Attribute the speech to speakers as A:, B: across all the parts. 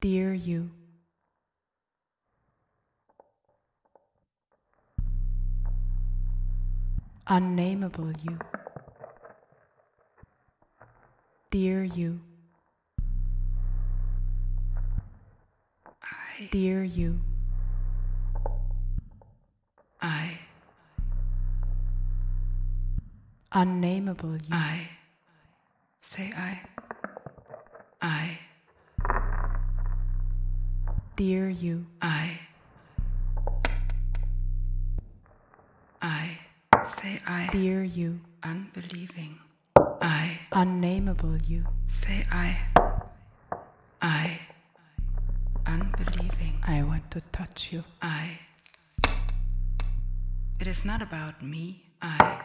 A: Dear you. Unnameable you. Dear you.
B: I,
A: Dear you.
B: I,
A: Unnameable you.
B: I. Say I. I,
A: Dear you.
B: I. I. Say I.
A: Dear you.
B: Unbelieving. I.
A: Unnameable you.
B: Say I. I. Unbelieving.
A: I want to touch you.
B: I. It is not about me. I.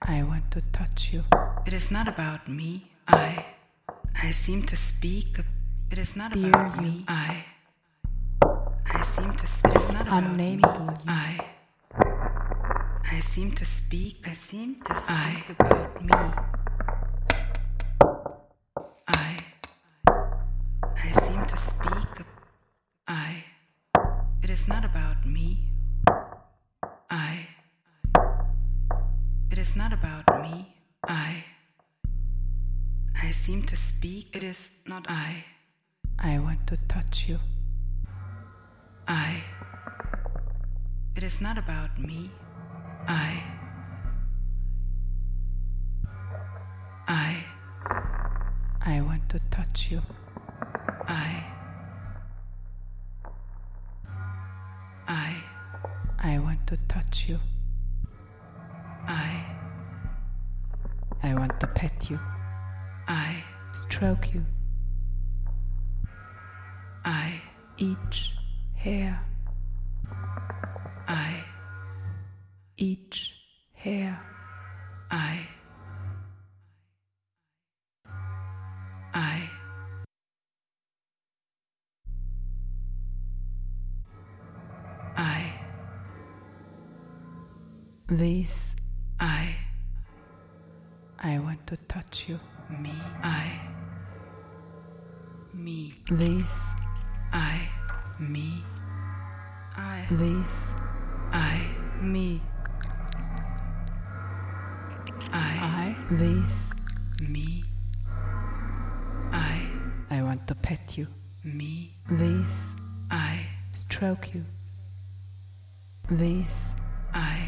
A: I want to touch you.
B: It is not about me. I. I seem to speak. of- It is not
A: Dear
B: about
A: you.
B: me. I. I seem to. It is not about
A: Unnameable
B: me.
A: you.
B: I. I seem to speak. I seem to speak about me. I. I seem to speak. of- I. It is not about me. I. It is not about me. I. I seem to speak. It is not I.
A: I want to touch you.
B: I. It is not about me. I. I.
A: I want to touch you.
B: I. I.
A: I want to touch you.
B: I.
A: I want to pet you.
B: I.
A: Stroke you.
B: I.
A: Each hair.
B: I.
A: Each hair.
B: I. I. I.
A: This.
B: I.
A: I want to touch you.
B: Me. I. Me.
A: This.
B: I. Me. I.
A: This.
B: I. Me. I.
A: I. This.
B: Me. I.
A: I want to pet you.
B: Me.
A: This.
B: I.
A: Stroke you. This.
B: I.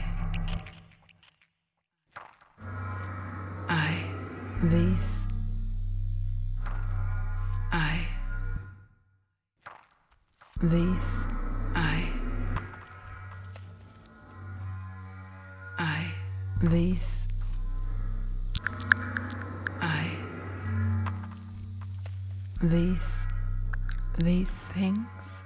B: I.
A: This.
B: I.
A: This.
B: I. I.
A: This.
B: I.
A: This. These things.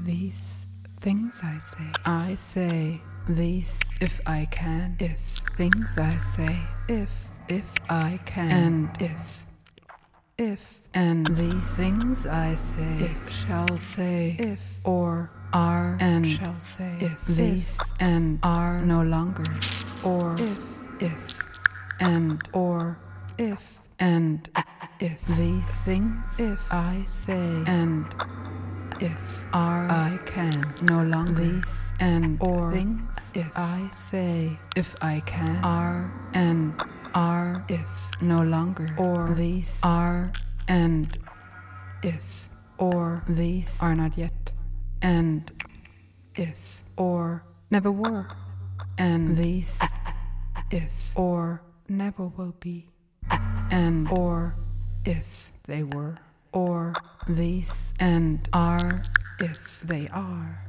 A: These things I say. I say these if I can. If things I say. If. If I can. And if. If and these things I say, if shall say, if or are and shall say, if these and are no longer, or if, if and or if and if these things, if I say and if are I can no longer these and or things if I say if I can are and are if no longer or these are and if or these are not yet and if or never were and these if or never will be and or if they were or these and are if they are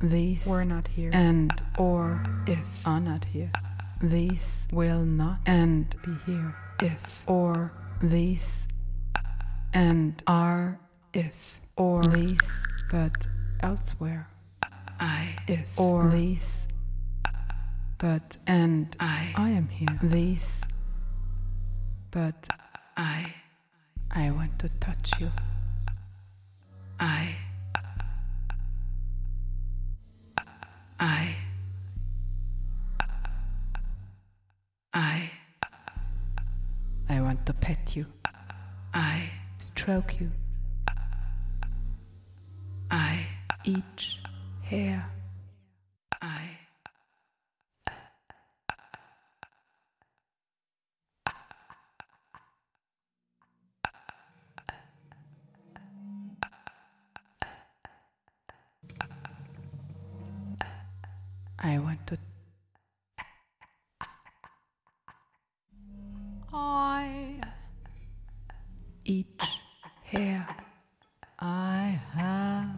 A: these were not here and or if are not here these will not and be here if or these and are if or these but elsewhere
B: I.
A: if or these but and
B: I.
A: I am here these but
B: I.
A: I want to touch you
B: I. I. I.
A: I want to pet you
B: I.
A: stroke you
B: each hair.
C: I.
B: I want to.
C: I.
B: Each hair.
C: I have.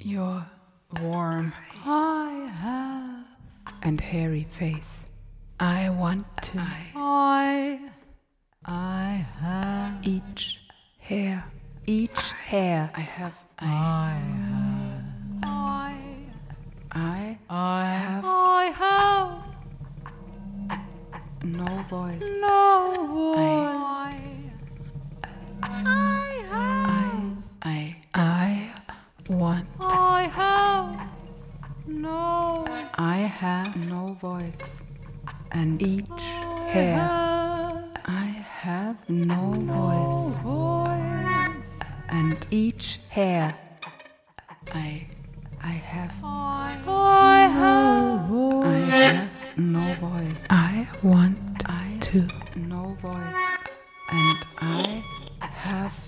B: Your warm
C: I have.
B: and hairy face. I want to.
C: I. I have.
B: Each hair.
C: Each hair.
B: I have.
C: I have. I.
B: I
C: I
B: have.
C: I have.
B: no voice.
C: No voice. I have.
B: I. I want.
C: I have. No.
B: I have no voice. And each hair.
C: have
B: I have no voice.
C: Voice.
B: And each hair. I. I have.
C: I. I have.
B: I have no voice. I want I to no voice, and I have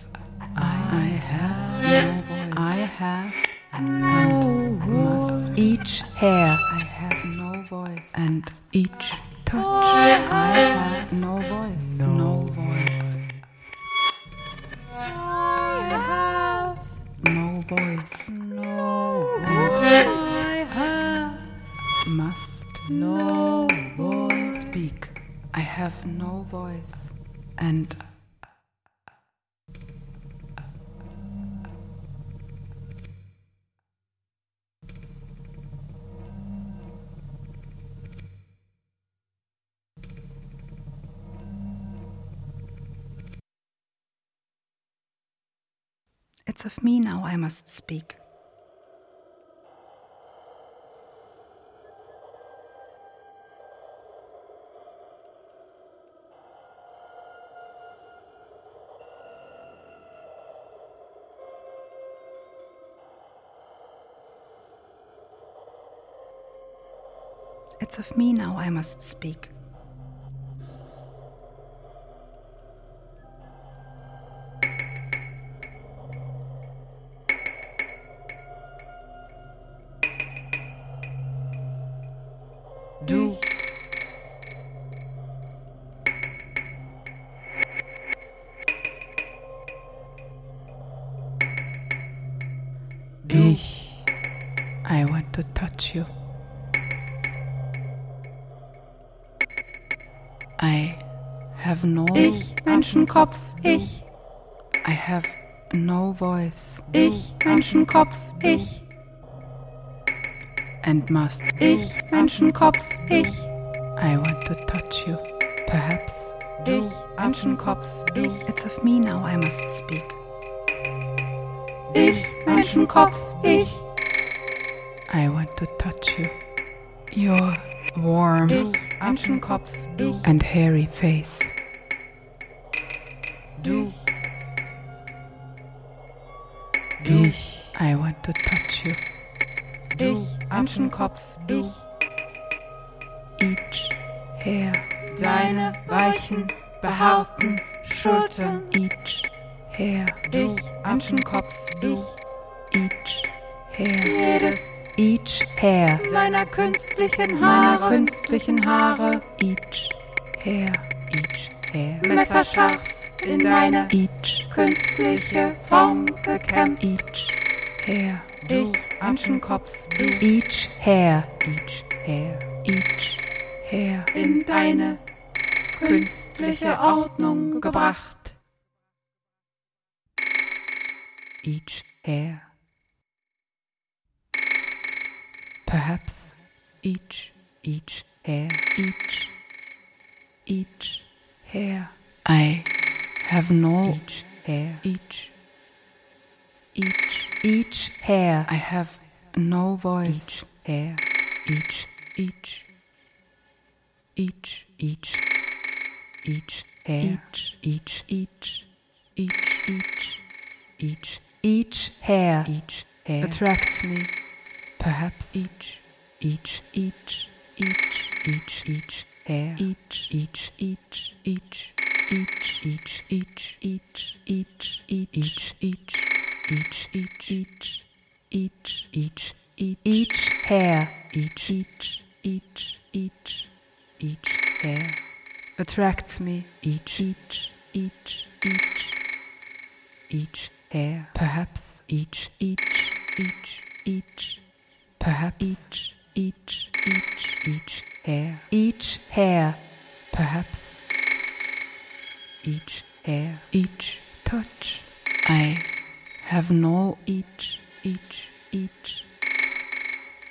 B: I, I have no voice. I have no voice. Each hair I have no voice, and each touch I have no voice. No, voice.
C: I have.
B: No voice. No.
C: I have.
B: must no voice speak. I have no voice. And
C: It's of me now I must speak. It's of me now I must speak.
B: du. Ich. I want to touch you. I have no
C: Ich, Menschenkopf, ich,
B: I have no voice
C: ich, Menschenkopf, ich,
B: and must
C: ich, Menschenkopf, ich.
B: I want to touch you. Perhaps
C: Ich, Menschenkopf, ich. It's of me now I must speak. Ich, Menschenkopf, ich.
B: I want to touch you. Your warm
C: Ich, Menschenkopf, ich.
B: and hairy face.
C: Du,
B: Ich. I want to touch you.
C: ich, Menschenkopf, ich.
B: Each hair.
C: Deine weichen, behaarten Schultern.
B: Each hair.
C: Ich, Menschenkopf, ich.
B: Each hair.
C: Jedes
B: Each hair.
C: deiner künstlichen Haare.
B: Meiner künstlichen Haare. Each hair. Each hair.
C: Messerscharf in deine
B: Each.
C: künstliche Form gekämmt.
B: Each hair.
C: Ich, Menschenkopf, ich.
B: Each hair. Each hair. Each hair.
C: in deine künstliche Ordnung gebracht.
B: each hair. Perhaps each, each hair, each, each hair. I have no each hair, each, each, each hair. I have no voice. Each hair, each, each, each, each, each hair, each, each, each, each, each, each
A: Each hair
B: each hair
A: attracts me. Perhaps
B: each each each each each each hair
A: each
B: each each each each each each each each each each each each each each each each each
A: each hair
B: each each each each each hair
A: attracts me.
B: each each each each each hair
A: Perhaps
B: each each each each
A: perhaps
B: each each each each hair
A: each hair perhaps
B: each hair
A: each touch. I have no
B: each each each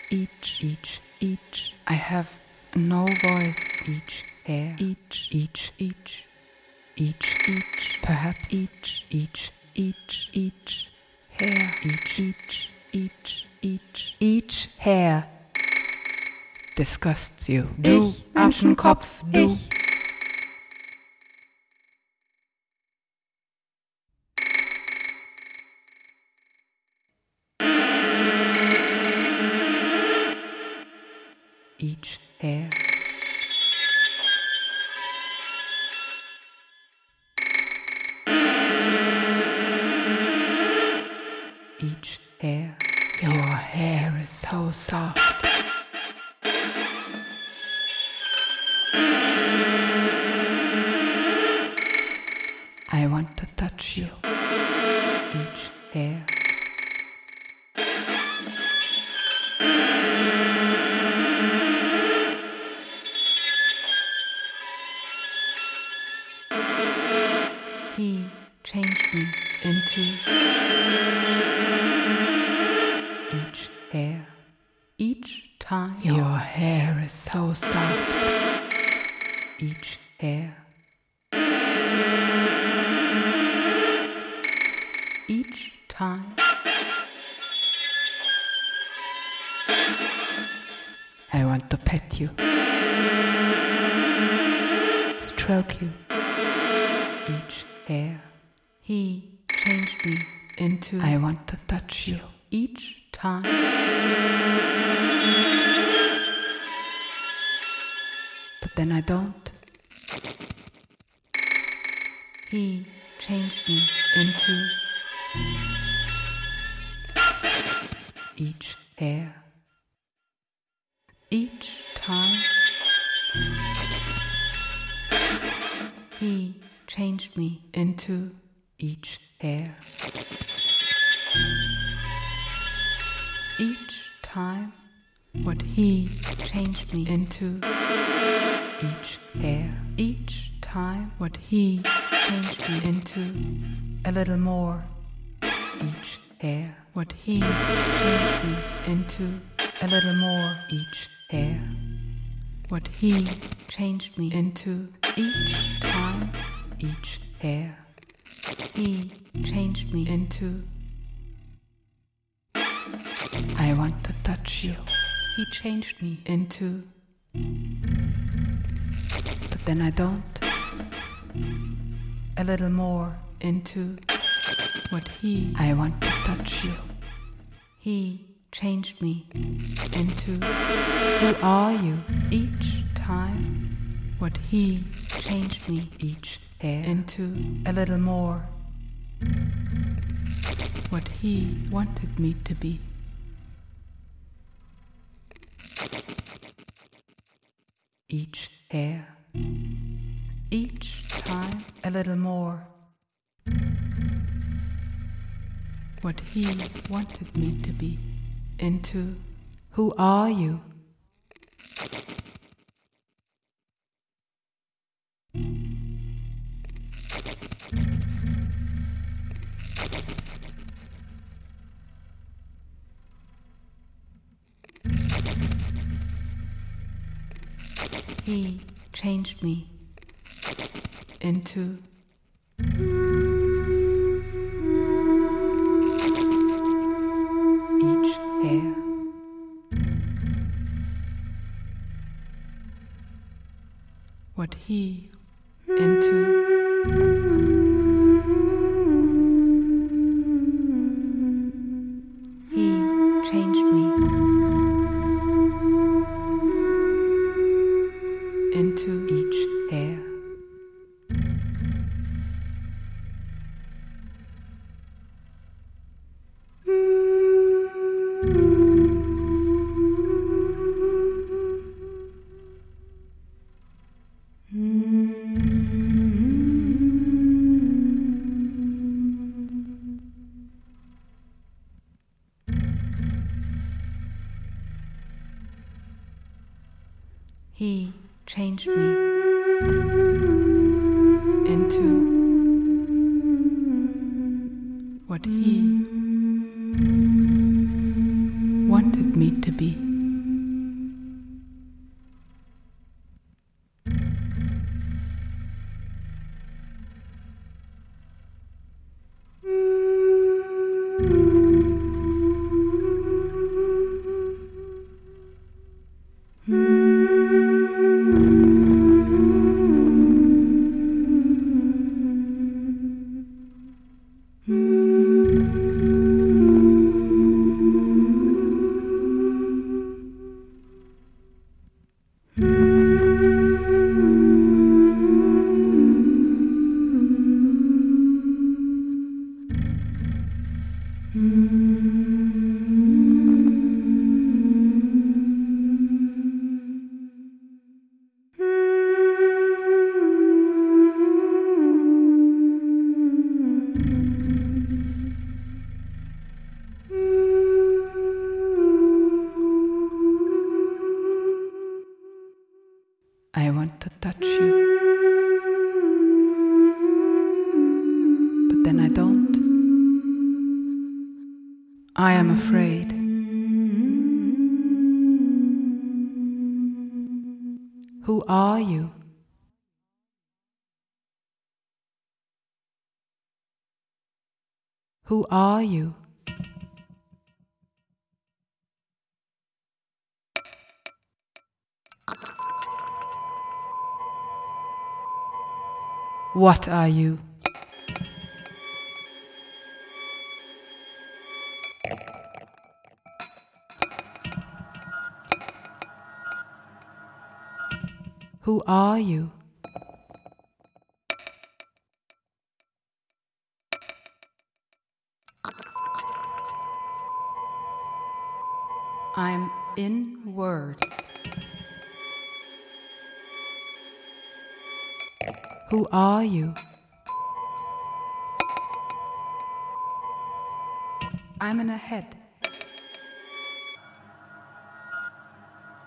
B: each each each
A: I have no voice.
B: each hair
A: Each
B: each each each each
A: perhaps
B: each each each each
A: hair
B: each each each each
A: each hair disgusts you.
B: Du
A: ich, Aschenkopf, du.
B: Ich. each hair each hair
A: Your hair is so soft. I want to touch you.
B: each hair He changed me into each hair each time
A: Your hair is so soft.
B: each hair each time
A: I want to pet you. Stroke you
B: each hair he changed me into
A: I want to touch you.
B: each time
A: But then I don't.
B: He changed me into each hair, each time. He changed me into each hair, each time. What he changed me into each hair, each time. What he changed me into
A: A little more.
B: each hair,
A: What he changed me into a little more.
B: each hair,
A: What he
B: changed me
A: into
B: each time, each hair, he changed me
A: into. I want to touch you.
B: he changed me
A: into. But then I don't. A little more into.
B: what he
A: I want to touch you.
B: he changed me into
A: Who are you?
B: each time, what he changed me each hair into
A: A little more.
B: what he wanted me to be. Each hair, each time,
A: A little more.
B: what he wanted me to be, into
A: Who are you?
B: he changed me into each hair. What he into
D: He changed me
B: into what he wanted me to be. I want to touch you. But then I don't. I am afraid. Who are you? Who are you? What are you? Who are you? I'm in words. Who are you? I'm in a head.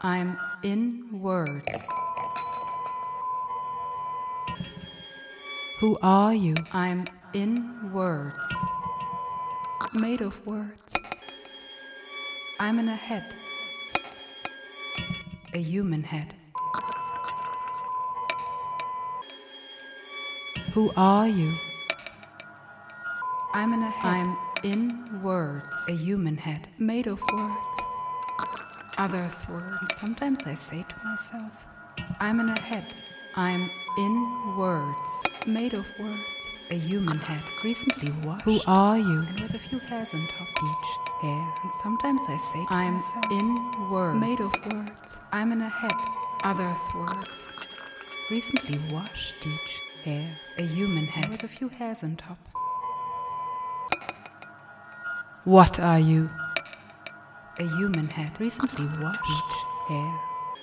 B: I'm in words. Who are you? I'm in words. Made of words. I'm in a head. A human head. Who are you? I'm in a head. I'm in words. A human head. Made of words. Others' words. Sometimes I say to myself, I'm in a head. I'm in words. Made of words. A human head. Recently washed. Who are you? And with a few hairs on top. Each hair. And sometimes I say to I'm myself, in words. Made of words. I'm in a head. Others' words. Recently washed each hair. A human head. With a few hairs on top. What are you? A human head. Recently washed each hair.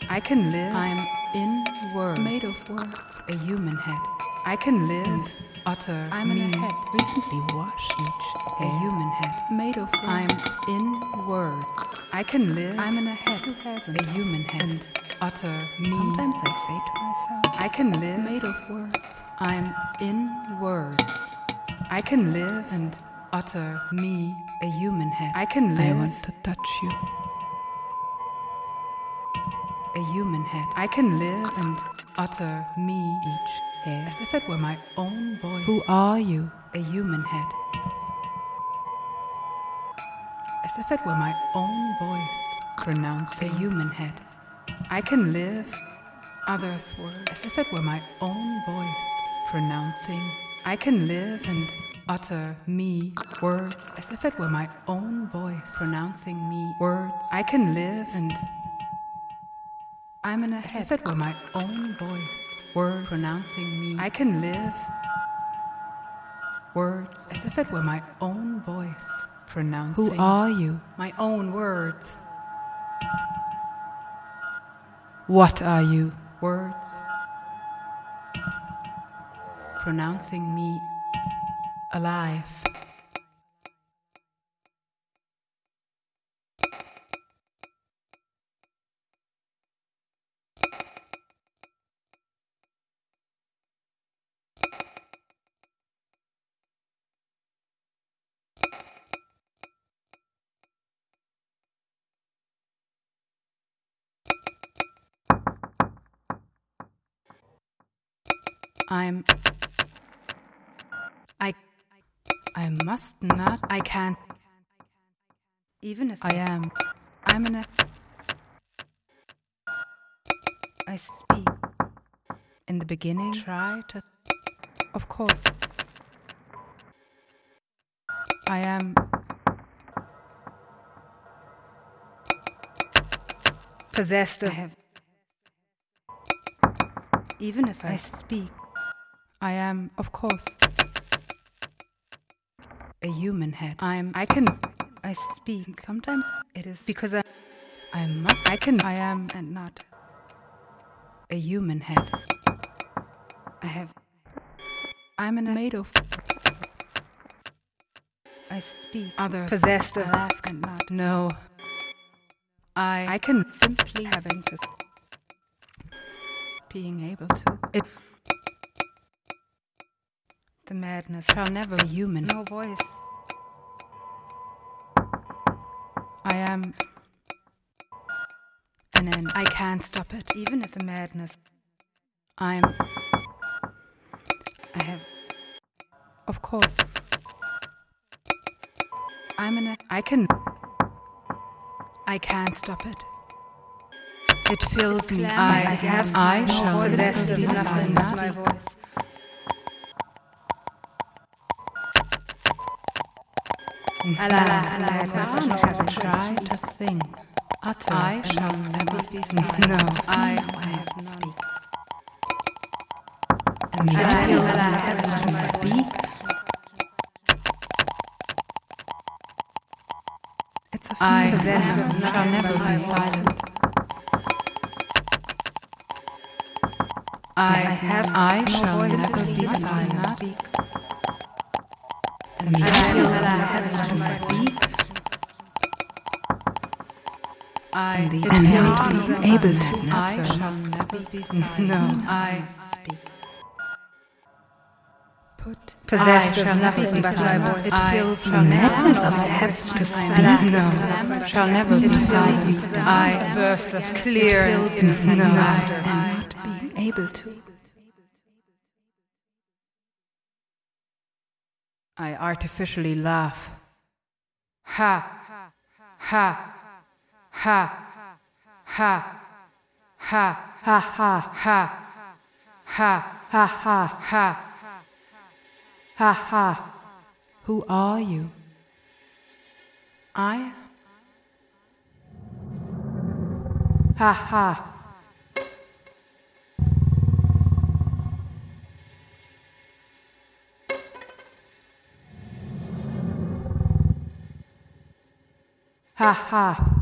B: I can live. I'm in words. Made of words. A human head. I can live. utter. I'm in a head. Recently washed each hair. A human head. Made of words. I'm in words. I can live. I'm in a head. A human head. And utter. Me. Sometimes I say to myself. I can live. Made of words. I'm in words. I can live and utter me a human head. I can live. I want to touch you. A human head. I can live and utter me each hair as if it were my own voice. Who are you? A human head. As if it were my own voice. Pronounce a human head. I can live others' words as if it were my own voice. Pronouncing. I can live and utter me words as if it were my own voice. Pronouncing me words. I can live and I'm in a head. As if it were my own voice. Words pronouncing me. I can live. Words. As if it were my own voice. Pronouncing. Who are you? My own words. What are you? Words. Pronouncing me alive. I'm. I. I must not. I can't. Even if I am. I'm in a. I speak. In the beginning. Try to. Of course. I am.
E: possessed
B: I
E: of.
B: have.
E: Even if I,
B: I
E: speak,
B: I am. Of course.
E: a human head.
B: I'm. I can.
E: I speak
B: Sometimes
E: it is because I,
B: I must. I can. I am and not.
E: a human head. I have.
B: I'm in a made of
E: I speak
B: others.
E: possessed of.
B: I ask and not.
E: No,
B: I. I can simply having to. Being able to.
E: it. The madness.
B: Shall never.
E: A human.
B: No voice. I am. And then I can't stop it.
E: Even if the madness.
B: I'm.
E: I have.
B: Of course. I'm in a. I can. I can't stop it. It fills me. I,
E: I have.
B: I
E: no
B: shall
E: voice. possessed of
B: simply
E: nothing
B: not
E: is my voice.
B: Alas,
E: Alas,
B: alas,
E: alas,
B: alas,
E: alas,
B: try to think. Utter, I shall never be silent.
E: No,
B: I,
E: I have speak.
B: and I feel
E: alas,
B: sad to
E: alas,
B: speak.
E: It's a
B: I
E: possessed
B: am-
E: of
B: shall
E: nothing
B: never
E: is my
B: be
E: voice.
B: silent. I have, I shall
E: voice.
B: never be
E: Please,
B: silent.
E: speak.
B: And I feel sad to speak. I
E: And the
B: it
E: enemy
B: fills
E: is
B: me
E: being
B: up.
E: able to
B: I
E: utter.
B: shall never be silent.
E: No,
B: I
E: Speak.
B: put
E: Possessed
B: I
E: of
B: shall
E: nothing
B: never be
E: but my
B: silent.
E: voice.
B: It
E: I
B: fills
E: shall
B: me
E: never
B: up.
E: be
B: I
E: silent.
B: have to speak.
E: Alas,
B: No,
E: alas,
B: shall never
E: it
B: be
E: fills me
B: silent.
E: with
B: I burst of clear and sudden laughter.
E: and not being able to.
B: I artificially laugh. Ha! Ha! Ha! Ha! Ha! Ha! Ha! Ha! Ha! Ha! Ha! Ha! Ha! Ha! Who are you? I? Ha! Ha! Ha! Ha!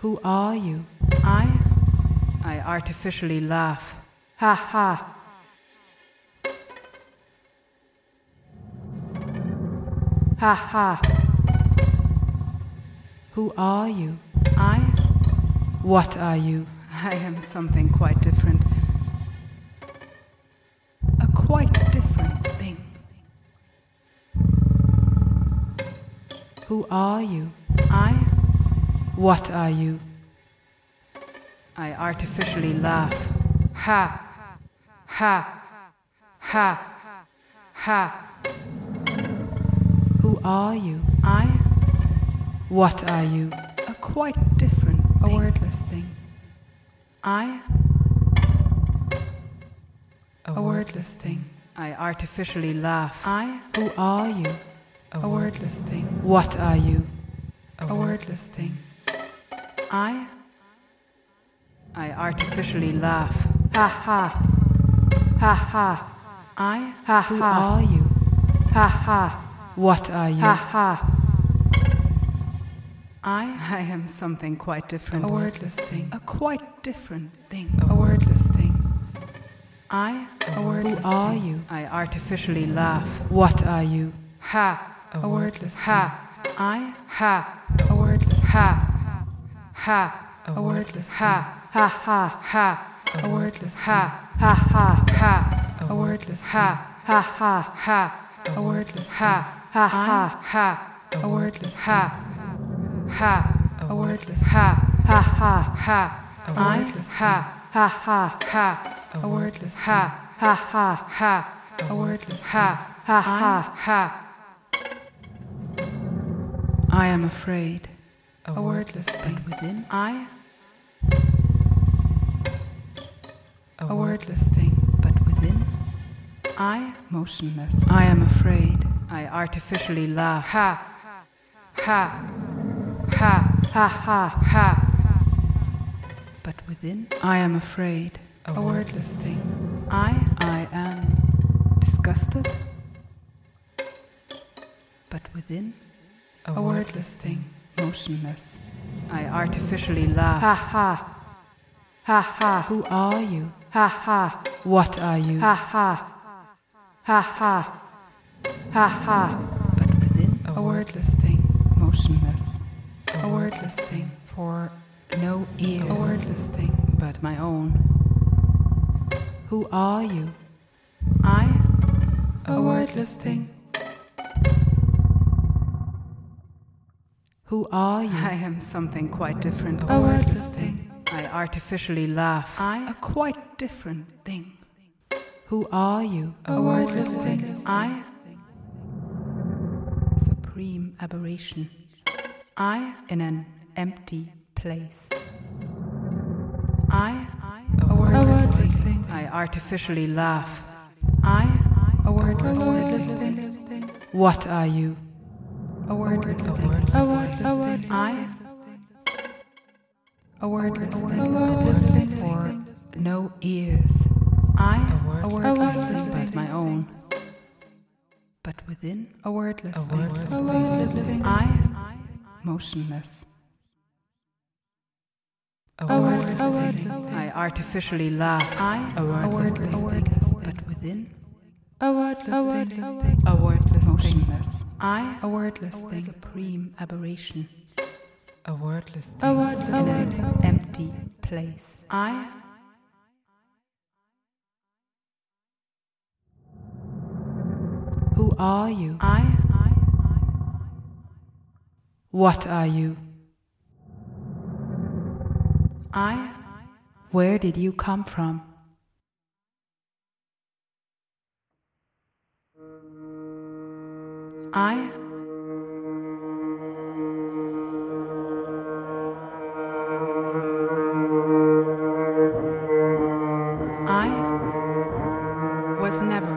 B: Who are you? I? I artificially laugh. Ha! Ha! Ha ha. Who are you? I? What are you? I am something quite different. A quite different thing. Who are you? I? What are you? I artificially laugh. Ha! Ha! Ha! Ha! Who are you? I? What are you? A quite different, a wordless thing. I? A, wordless thing. I artificially laugh. I? Who are you? A wordless thing. What are you? A wordless thing. I? I artificially laugh. Ha ha. Ha ha. I? Ha Who are you? Ha ha. What are you? Ha ha. I? I am something quite different. A wordless thing. A quite different thing. A wordless thing. I? A wordless Who are you? I artificially laugh. What are you? Ha. A wordless Ha. I? Ha. A wordless Ha. Ha. A wordless Ha. Ha ha. Ha. A wordless Ha. Ha ha. Ha. A wordless Ha. Ha ha. Ha. A wordless Ha. Ha ha. Ha. A wordless Ha. Ha. A wordless ha. Ha ha ha. A wordless ha. ha ha ha, a wordless ha ha ha ha, a wordless ha ha ha ha. I am afraid, a wordless thing within. I a wordless thing, but within I motionless. I am afraid. I artificially laugh. Ha ha ha ha ha ha. But within, I am afraid. A wordless thing. I, I am disgusted. But within, a wordless thing, motionless. I artificially laugh. Ha ha. Ha ha. Who are you? Ha ha. What are you? Ha ha. Ha ha. Ha ha. But within, a wordless thing, motionless. A wordless thing for no ears. A wordless thing but my own. Who are you? I, a wordless thing. Who are you? I am something quite different. A wordless thing. I artificially laugh. I, a quite different thing. Who are you? A wordless thing. I, supreme aberration. I, in an empty place. I, a wordless thing. I artificially laugh. I, a wordless thing. What are you? A wordless thing. A wordless thing. I, a wordless thing. For no ears. I, a wordless thing. But my own. But within, a wordless thing. I, motionless. A wordless thing. I artificially laugh. I, a wordless thing. But within, a wordless thing. A wordless motionless. I, a wordless thing. Supreme aberration. A wordless thing. A wordless thing. Empty place. I, Who are you? I, What are you? I, where did you come from? I, I was never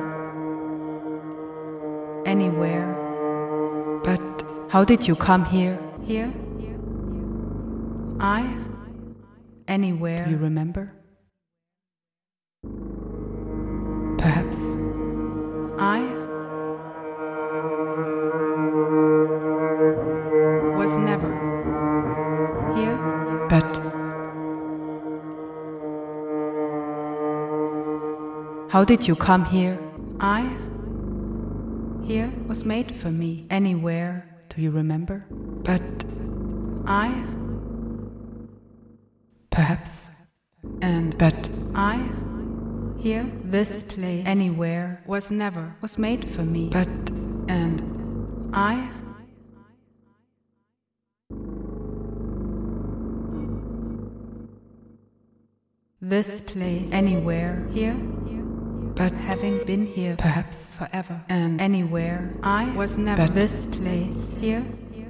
B: anywhere. But how did you come here? Here? I anywhere. Do you remember? Perhaps. I was never here, but. How did you come here? I. Here was made for me. Anywhere. Do you remember? But. I. Perhaps. And but I here this place anywhere was never was made for me. But and I
E: This place.
B: anywhere here but having been here perhaps forever and anywhere I was never
E: But this place.
B: here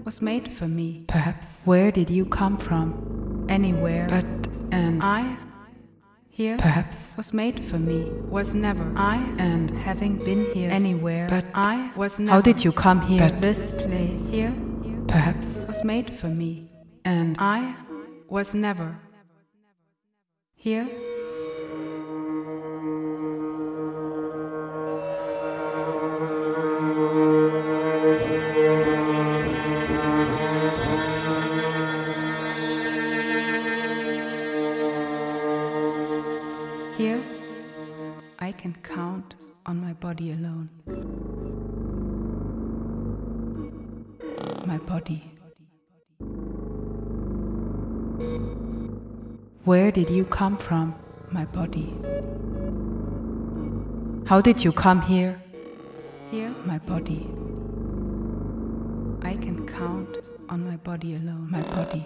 B: was made for me. Perhaps. Where did you come from? Anywhere. But and I here perhaps was made for me. Was never I and having been here anywhere. But I was never. How did you come here?
E: This place.
B: here perhaps was made for me. And I was never here. Here, I can count on my body alone. My body. Where did you come from? My body. How did you come here? Here, my body. I can count on my body alone. My body.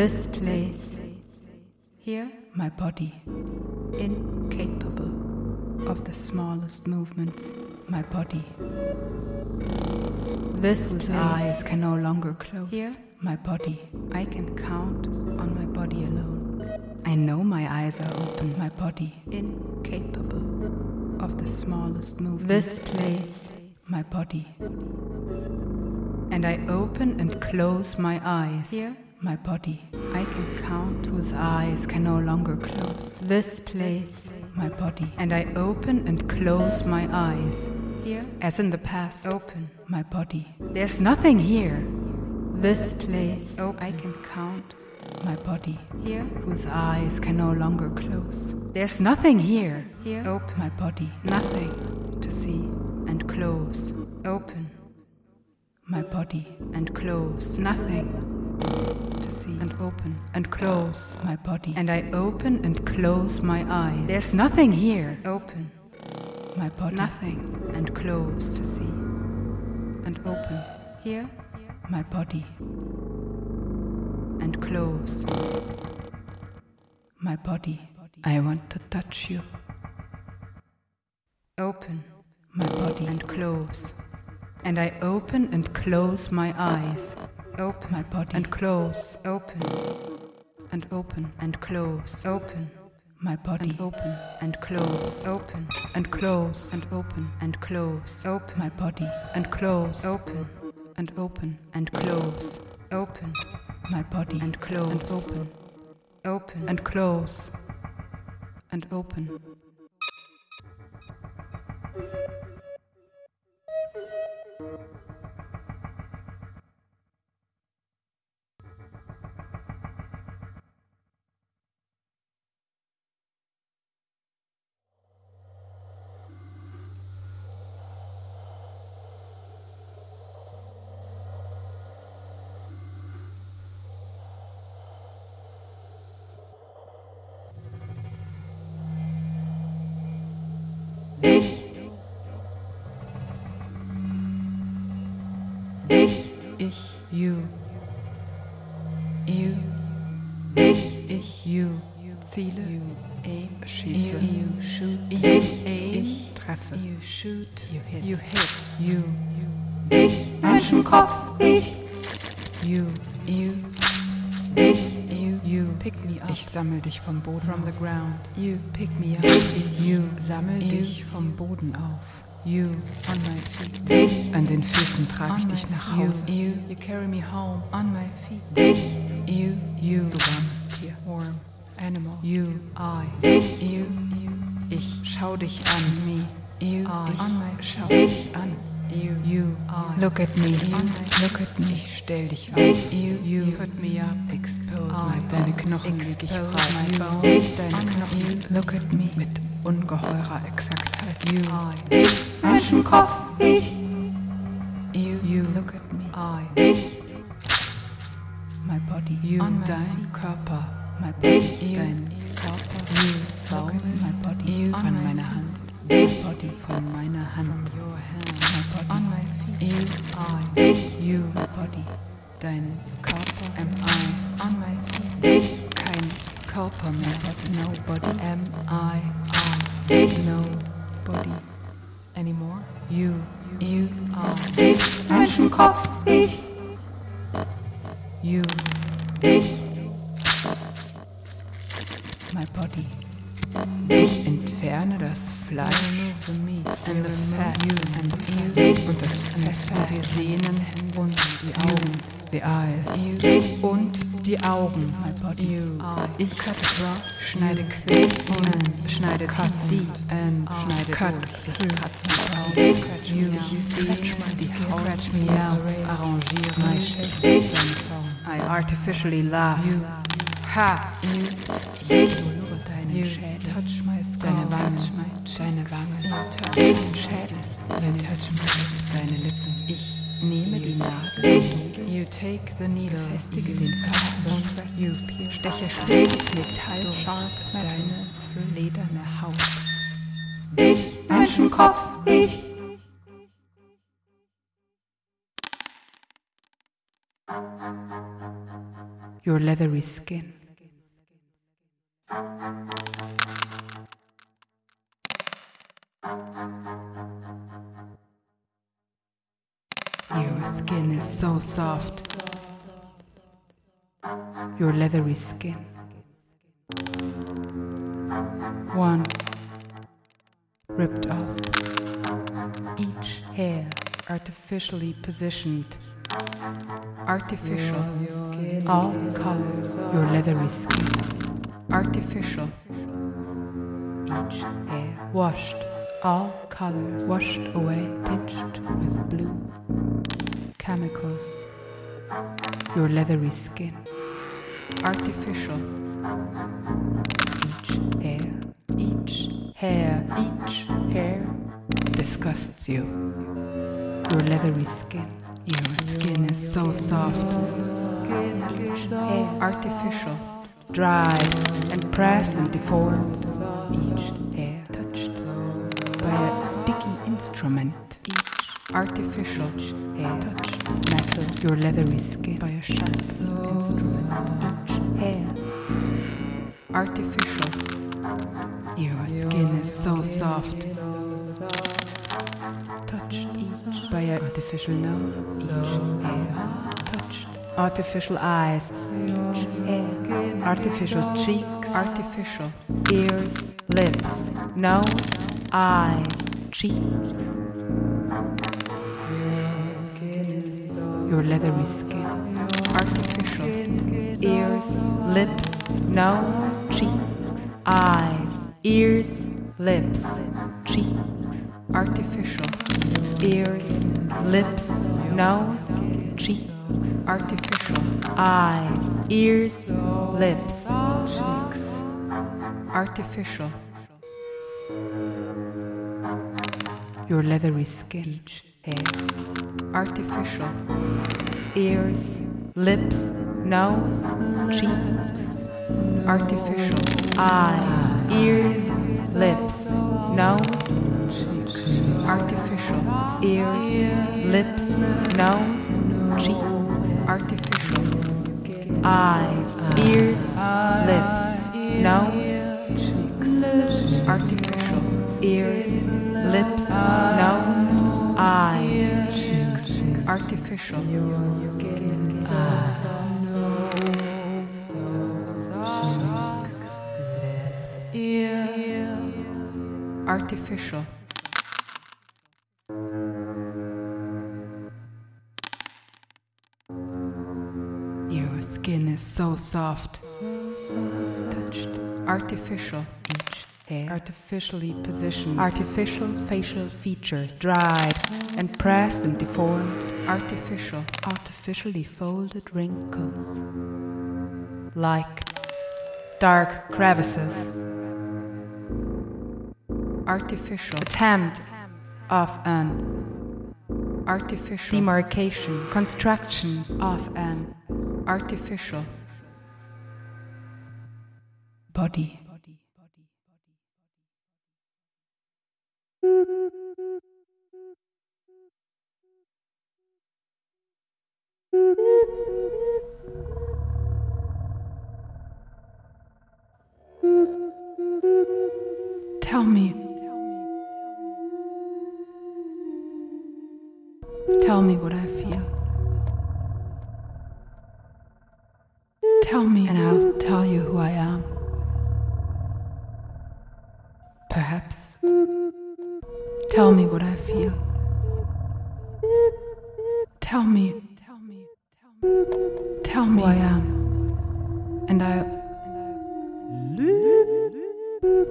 E: This place.
B: Here, my body, incapable of the smallest movements, my body,
E: this
B: whose
E: place,
B: eyes can no longer close.
E: Here?
B: my body. I can count on my body alone. I know my eyes are open, my body, incapable of the smallest movements.
E: this place,
B: my body. And I open and close my eyes.
E: Here?
B: My body. I can count whose eyes can no longer close.
E: this place,
B: My body. And I open and close my eyes.
E: Here?
B: As in the past. Open. My body. There's nothing here.
E: this place,
B: Oh, I can count my body.
E: Here?
B: Whose eyes can no longer close. There's nothing here.
E: Here?
B: Open my body. Nothing to see and close. Open my body and close. Nothing to see and open and close my body. And I open and close my eyes. There's nothing here. Open my body. Nothing and close to see and open
E: here,
B: my body and close my body. I want to touch you. Open my body and close. And I open and close my eyes. Open my body and close. Open and open and close. Open my body and open and close. Open and close and open and close. Open my body and close. Open and open and close. Open my body and close. And open. Open and close. And open.
A: Ich, you. You. Ich, ich, you.
B: Ziele.
A: You
B: aim.
A: You,
B: Schieße.
A: you shoot.
B: Ich aim.
A: Ich
B: treffe.
A: You shoot.
B: You hit.
A: You hit. You.
B: Menschenkopf. Ich.
A: You. You. Ich. You. You. Pick me up.
B: Ich sammel dich vom Boden.
A: From the ground.
B: You pick me up.
A: You. Sammel
B: You.
A: dich vom Boden auf.
B: You on my feet.
A: An den Füßen trage ich
B: On
A: dich
B: my-
A: nach Hause.
B: You, you, you carry me home on my feet. You, you, du warmes Tier. Warm animal. You, I. You, you, ich schau dich an. Me, you, I. On my schau dich an. You, you, I.
A: Look at me.
B: On my-
A: Look at me. Ich stell dich auf.
B: You, you, put me up.
A: Expose
B: I.
A: my deine Knochen leg ich
B: Expose
A: frei.
B: my bones.
A: Deine
B: On my-
A: Knochen. Look at me. Mit ungeheurer Exaktheit. You.
B: I. Menschenkopf. You, you,
A: Look at me.
B: I. My body.
A: You.
B: on my feet.
A: Dein Körper.
B: My body.
A: Dein Körper. You. Baumel.
B: My body.
A: You. Von
B: On my
A: meiner
B: feet.
A: Hand.
B: My body.
A: Von meiner Hand.
B: Your hand.
A: My body.
B: On my feet.
A: You. I. You.
B: My body.
A: Dein Körper. Am I.
B: On my feet.
A: Kein Körper mehr. Nobody am I on. Nobody anymore. You, you Oh. are.
B: Menschenkopf.
A: You,
B: My body.
A: ich entferne das Fleisch and the fat and the fat und das Fett und die Sehnen und die Augen, the eyes und die Augen.
B: My body.
A: You, ich cut across, schneide quer und schneide cut deep and schneide cut through. Ich catch me out. Ich catch my skin. Catch me out. Arrangiere my shape.
B: I artificially laugh.
A: Ha! You. Ich berühre deinen Schädel.
B: Touch my skull.
A: Deine Wangen.
B: Touch my chin.
A: Deine Wangen.
B: touch
A: Deinen Schädel. Deine touch my lips. Deine Lippen. Ich nehme die Nadel. You take the needle. Festige den Faden. You steche spitzes Metall durch
B: Sharp
A: deine
B: lederne Haut. Your leathery skin. so soft. Your leathery skin. Once ripped off, each hair artificially positioned. Artificial skin. All colors. Your leathery skin. Artificial. Each hair washed. All colors washed away, tinged with blue. Chemicals. Your leathery skin. Artificial. Each hair. Each hair. Each hair disgusts you. Your leathery skin. Your skin is so soft. Each hair artificial, dry, and pressed and deformed. Each hair touched by a sticky instrument. Each artificial hair touched metal. Your leathery skin by a sharp instrument. Each hair artificial. Your skin is so soft. Touched each by an artificial nose, each hair. Touched artificial eyes, each hair. Artificial cheeks, artificial ears, lips, nose, eyes, cheeks. Your leathery skin, artificial ears, lips, nose, cheeks, eyes, ears, lips, cheeks artificial ears, lips, nose, cheeks, artificial eyes, ears, lips, cheeks, artificial. Your leathery skin, each hair, artificial ears, lips, nose, cheeks, artificial eyes, ears, lips, nose, cheeks, artificial ears, lips, nose, cheek, artificial eyes, ears, lips, nose, cheeks, artificial ears, lips, nose, eyes, cheeks, artificial. artificial. Your skin is so soft. Touched. Artificial. Each hair. Artificially positioned. Artificial facial features. Dried and pressed and deformed. Artificial. Artificially folded wrinkles. Like dark crevices artificial attempt of an artificial demarcation construction of an artificial body tell me Tell me what I feel. Tell me, and I'll tell you who I am. Perhaps. Tell me what I feel. Tell me. Tell me who I am. And I.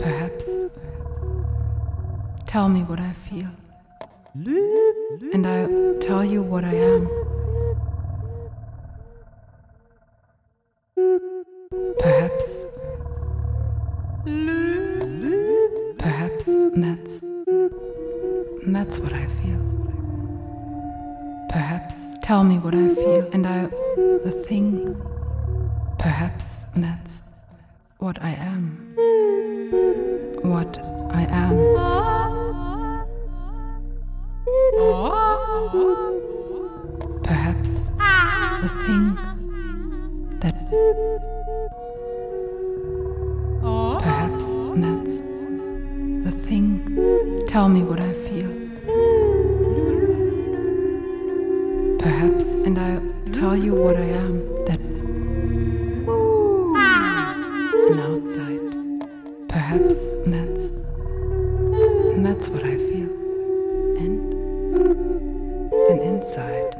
B: Perhaps. Tell me what I feel and I'll tell you what I am. Perhaps. Perhaps and that's and that's what I feel. Perhaps tell me what I feel and I the thing. Perhaps and that's what I am. What I am. Perhaps the thing that. Perhaps that's the thing. Tell me what I feel. Perhaps
A: and I'll tell you what I am. That and outside, perhaps, and that's and that's what I feel. And and inside,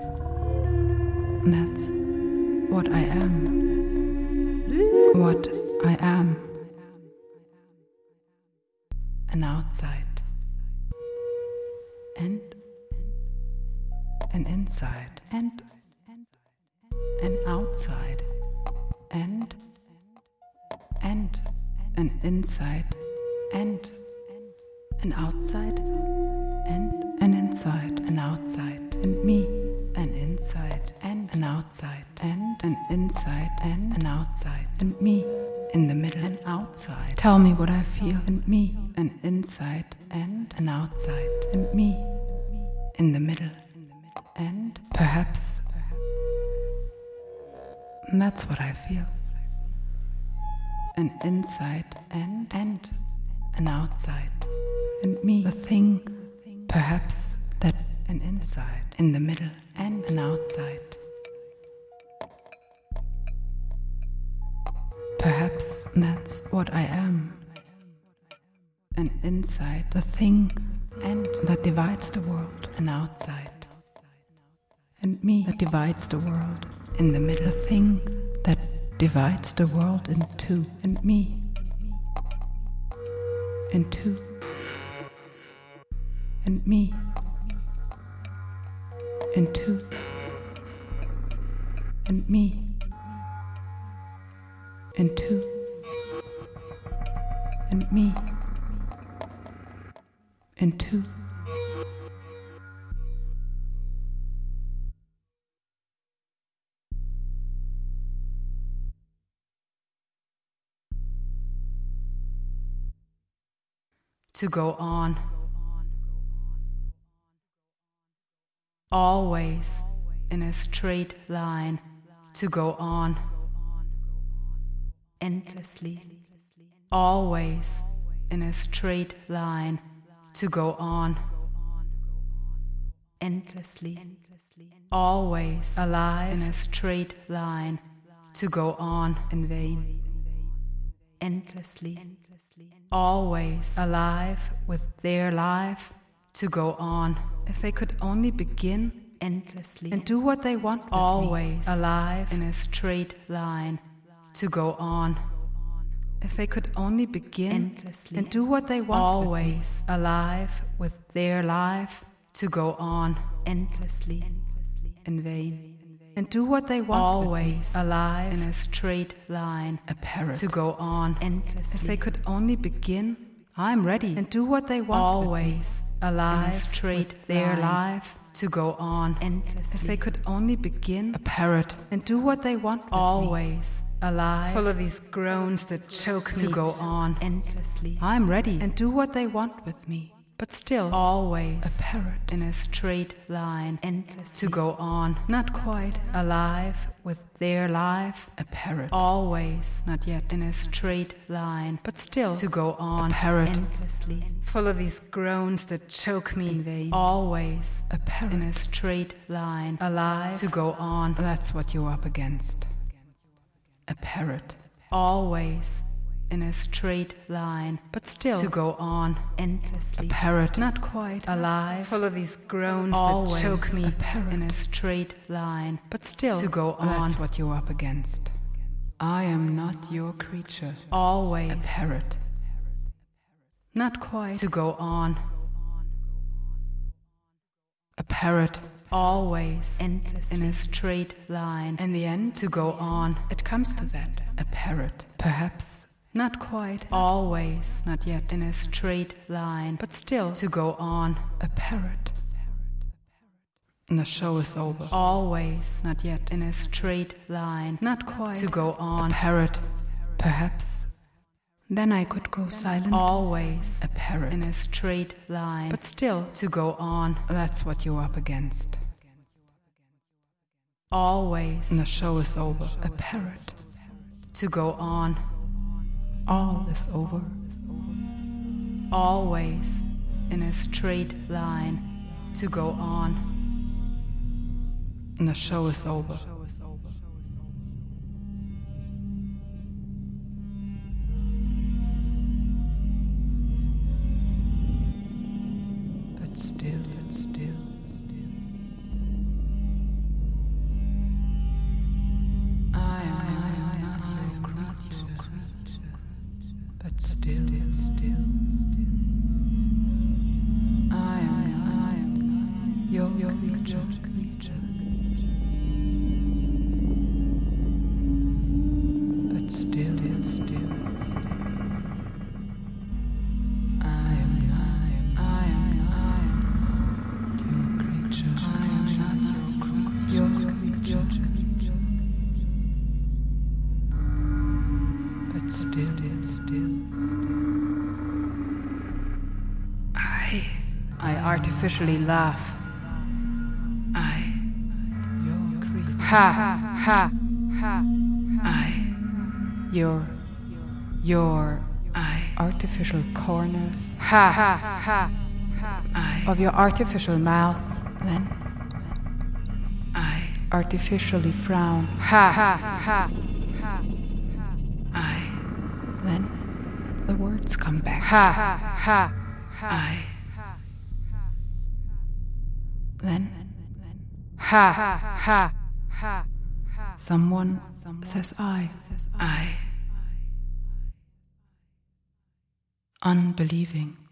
A: and that's what I am. What I am. And outside. And and inside and and outside and and and inside and and outside and and inside and outside and me and inside and and outside and and inside and and outside and me in the middle and outside tell me what i feel and me and inside and and outside and me in the middle and perhaps and that's what I feel. An inside and and an outside and me the thing perhaps that an inside in the middle and an outside perhaps that's what I am an inside the thing and that divides the world and outside and me that divides the world in the middle a thing that divides the world in two and me in two and me in two and me in two and me in two
B: to go on. Always in a straight line to go on. Endlessly. Always in a straight line to go on. Endlessly. Always alive in a straight line to go on in vain. Endlessly always alive with their life to go on. If they could only begin endlessly and do what they want, always alive in a straight line to go on. If they could only begin endlessly and do what they want, always alive with their life to go on endlessly in vain. And do what they want, always alive in a straight line
A: a parrot
B: to go on endlessly.
A: If they could only begin
B: I'm ready and do what they want always alive straight their life to go on endlessly
A: if they could only begin
C: A parrot.
B: and do what they want always alive full of these groans that choke me to go on endlessly I'm ready and do what they want with me
A: but still
B: always
A: a parrot
B: in a straight line endlessly to go on
A: not quite
B: alive with their life
A: a parrot
B: always not yet in a straight line
A: but still
B: to go on
C: A parrot.
B: endlessly, full of these groans that choke me in vain. Always
A: a parrot
B: in a straight line, alive to go on.
A: That's what you're up against. A parrot.
B: Always in a straight line,
A: But still,
B: to go on endlessly,
C: Parrot.
A: not quite.
B: alive, full of these groans
A: Always
B: that choke me
A: a parrot.
B: in a straight line.
A: But still,
B: to go
A: That's
B: on.
A: what you're up against. I am not your creature.
B: Always
A: A parrot. Not quite.
B: to go on,
C: A parrot.
B: always endlessly in a straight line,
A: In the end,
B: to go on
A: it comes to that. A parrot. Perhaps. Not quite.
B: always, not yet in a straight line,
A: But still,
B: to go on
A: a parrot.
C: And the show is over.
B: always not yet in a straight line
A: Not quite.
B: to go
C: A
B: on
C: parrot.
A: Perhaps. Then I could go silent.
B: always
A: A parrot.
B: in a straight line
A: But still,
B: to go on
A: that's what you're up against.
C: And
B: always
C: the show is over.
A: A parrot.
B: to go on
A: All is over.
B: always in a straight line to go on and the show is over. But still, but still, still. I am not your creature, but still, still, still. I am your creature, creature. But still, still, still. I am, I am, I am, I am your creature. I am not your creature, your creature. But still, still, still. I. I artificially laugh. I. Your creature. Ha! Ha! Ha! I. Your. Your. I. Artificial corners. Ha! Ha! Ha! ha I. Of your artificial mouth. Then. I. Artificially frown. Ha! Ha! Ha! ha I.
A: Then the words come back.
B: Ha! Ha! Ha! I.
A: Then
B: Ha! Ha! Ha! Ha!
A: someone says I.
B: I. Unbelieving.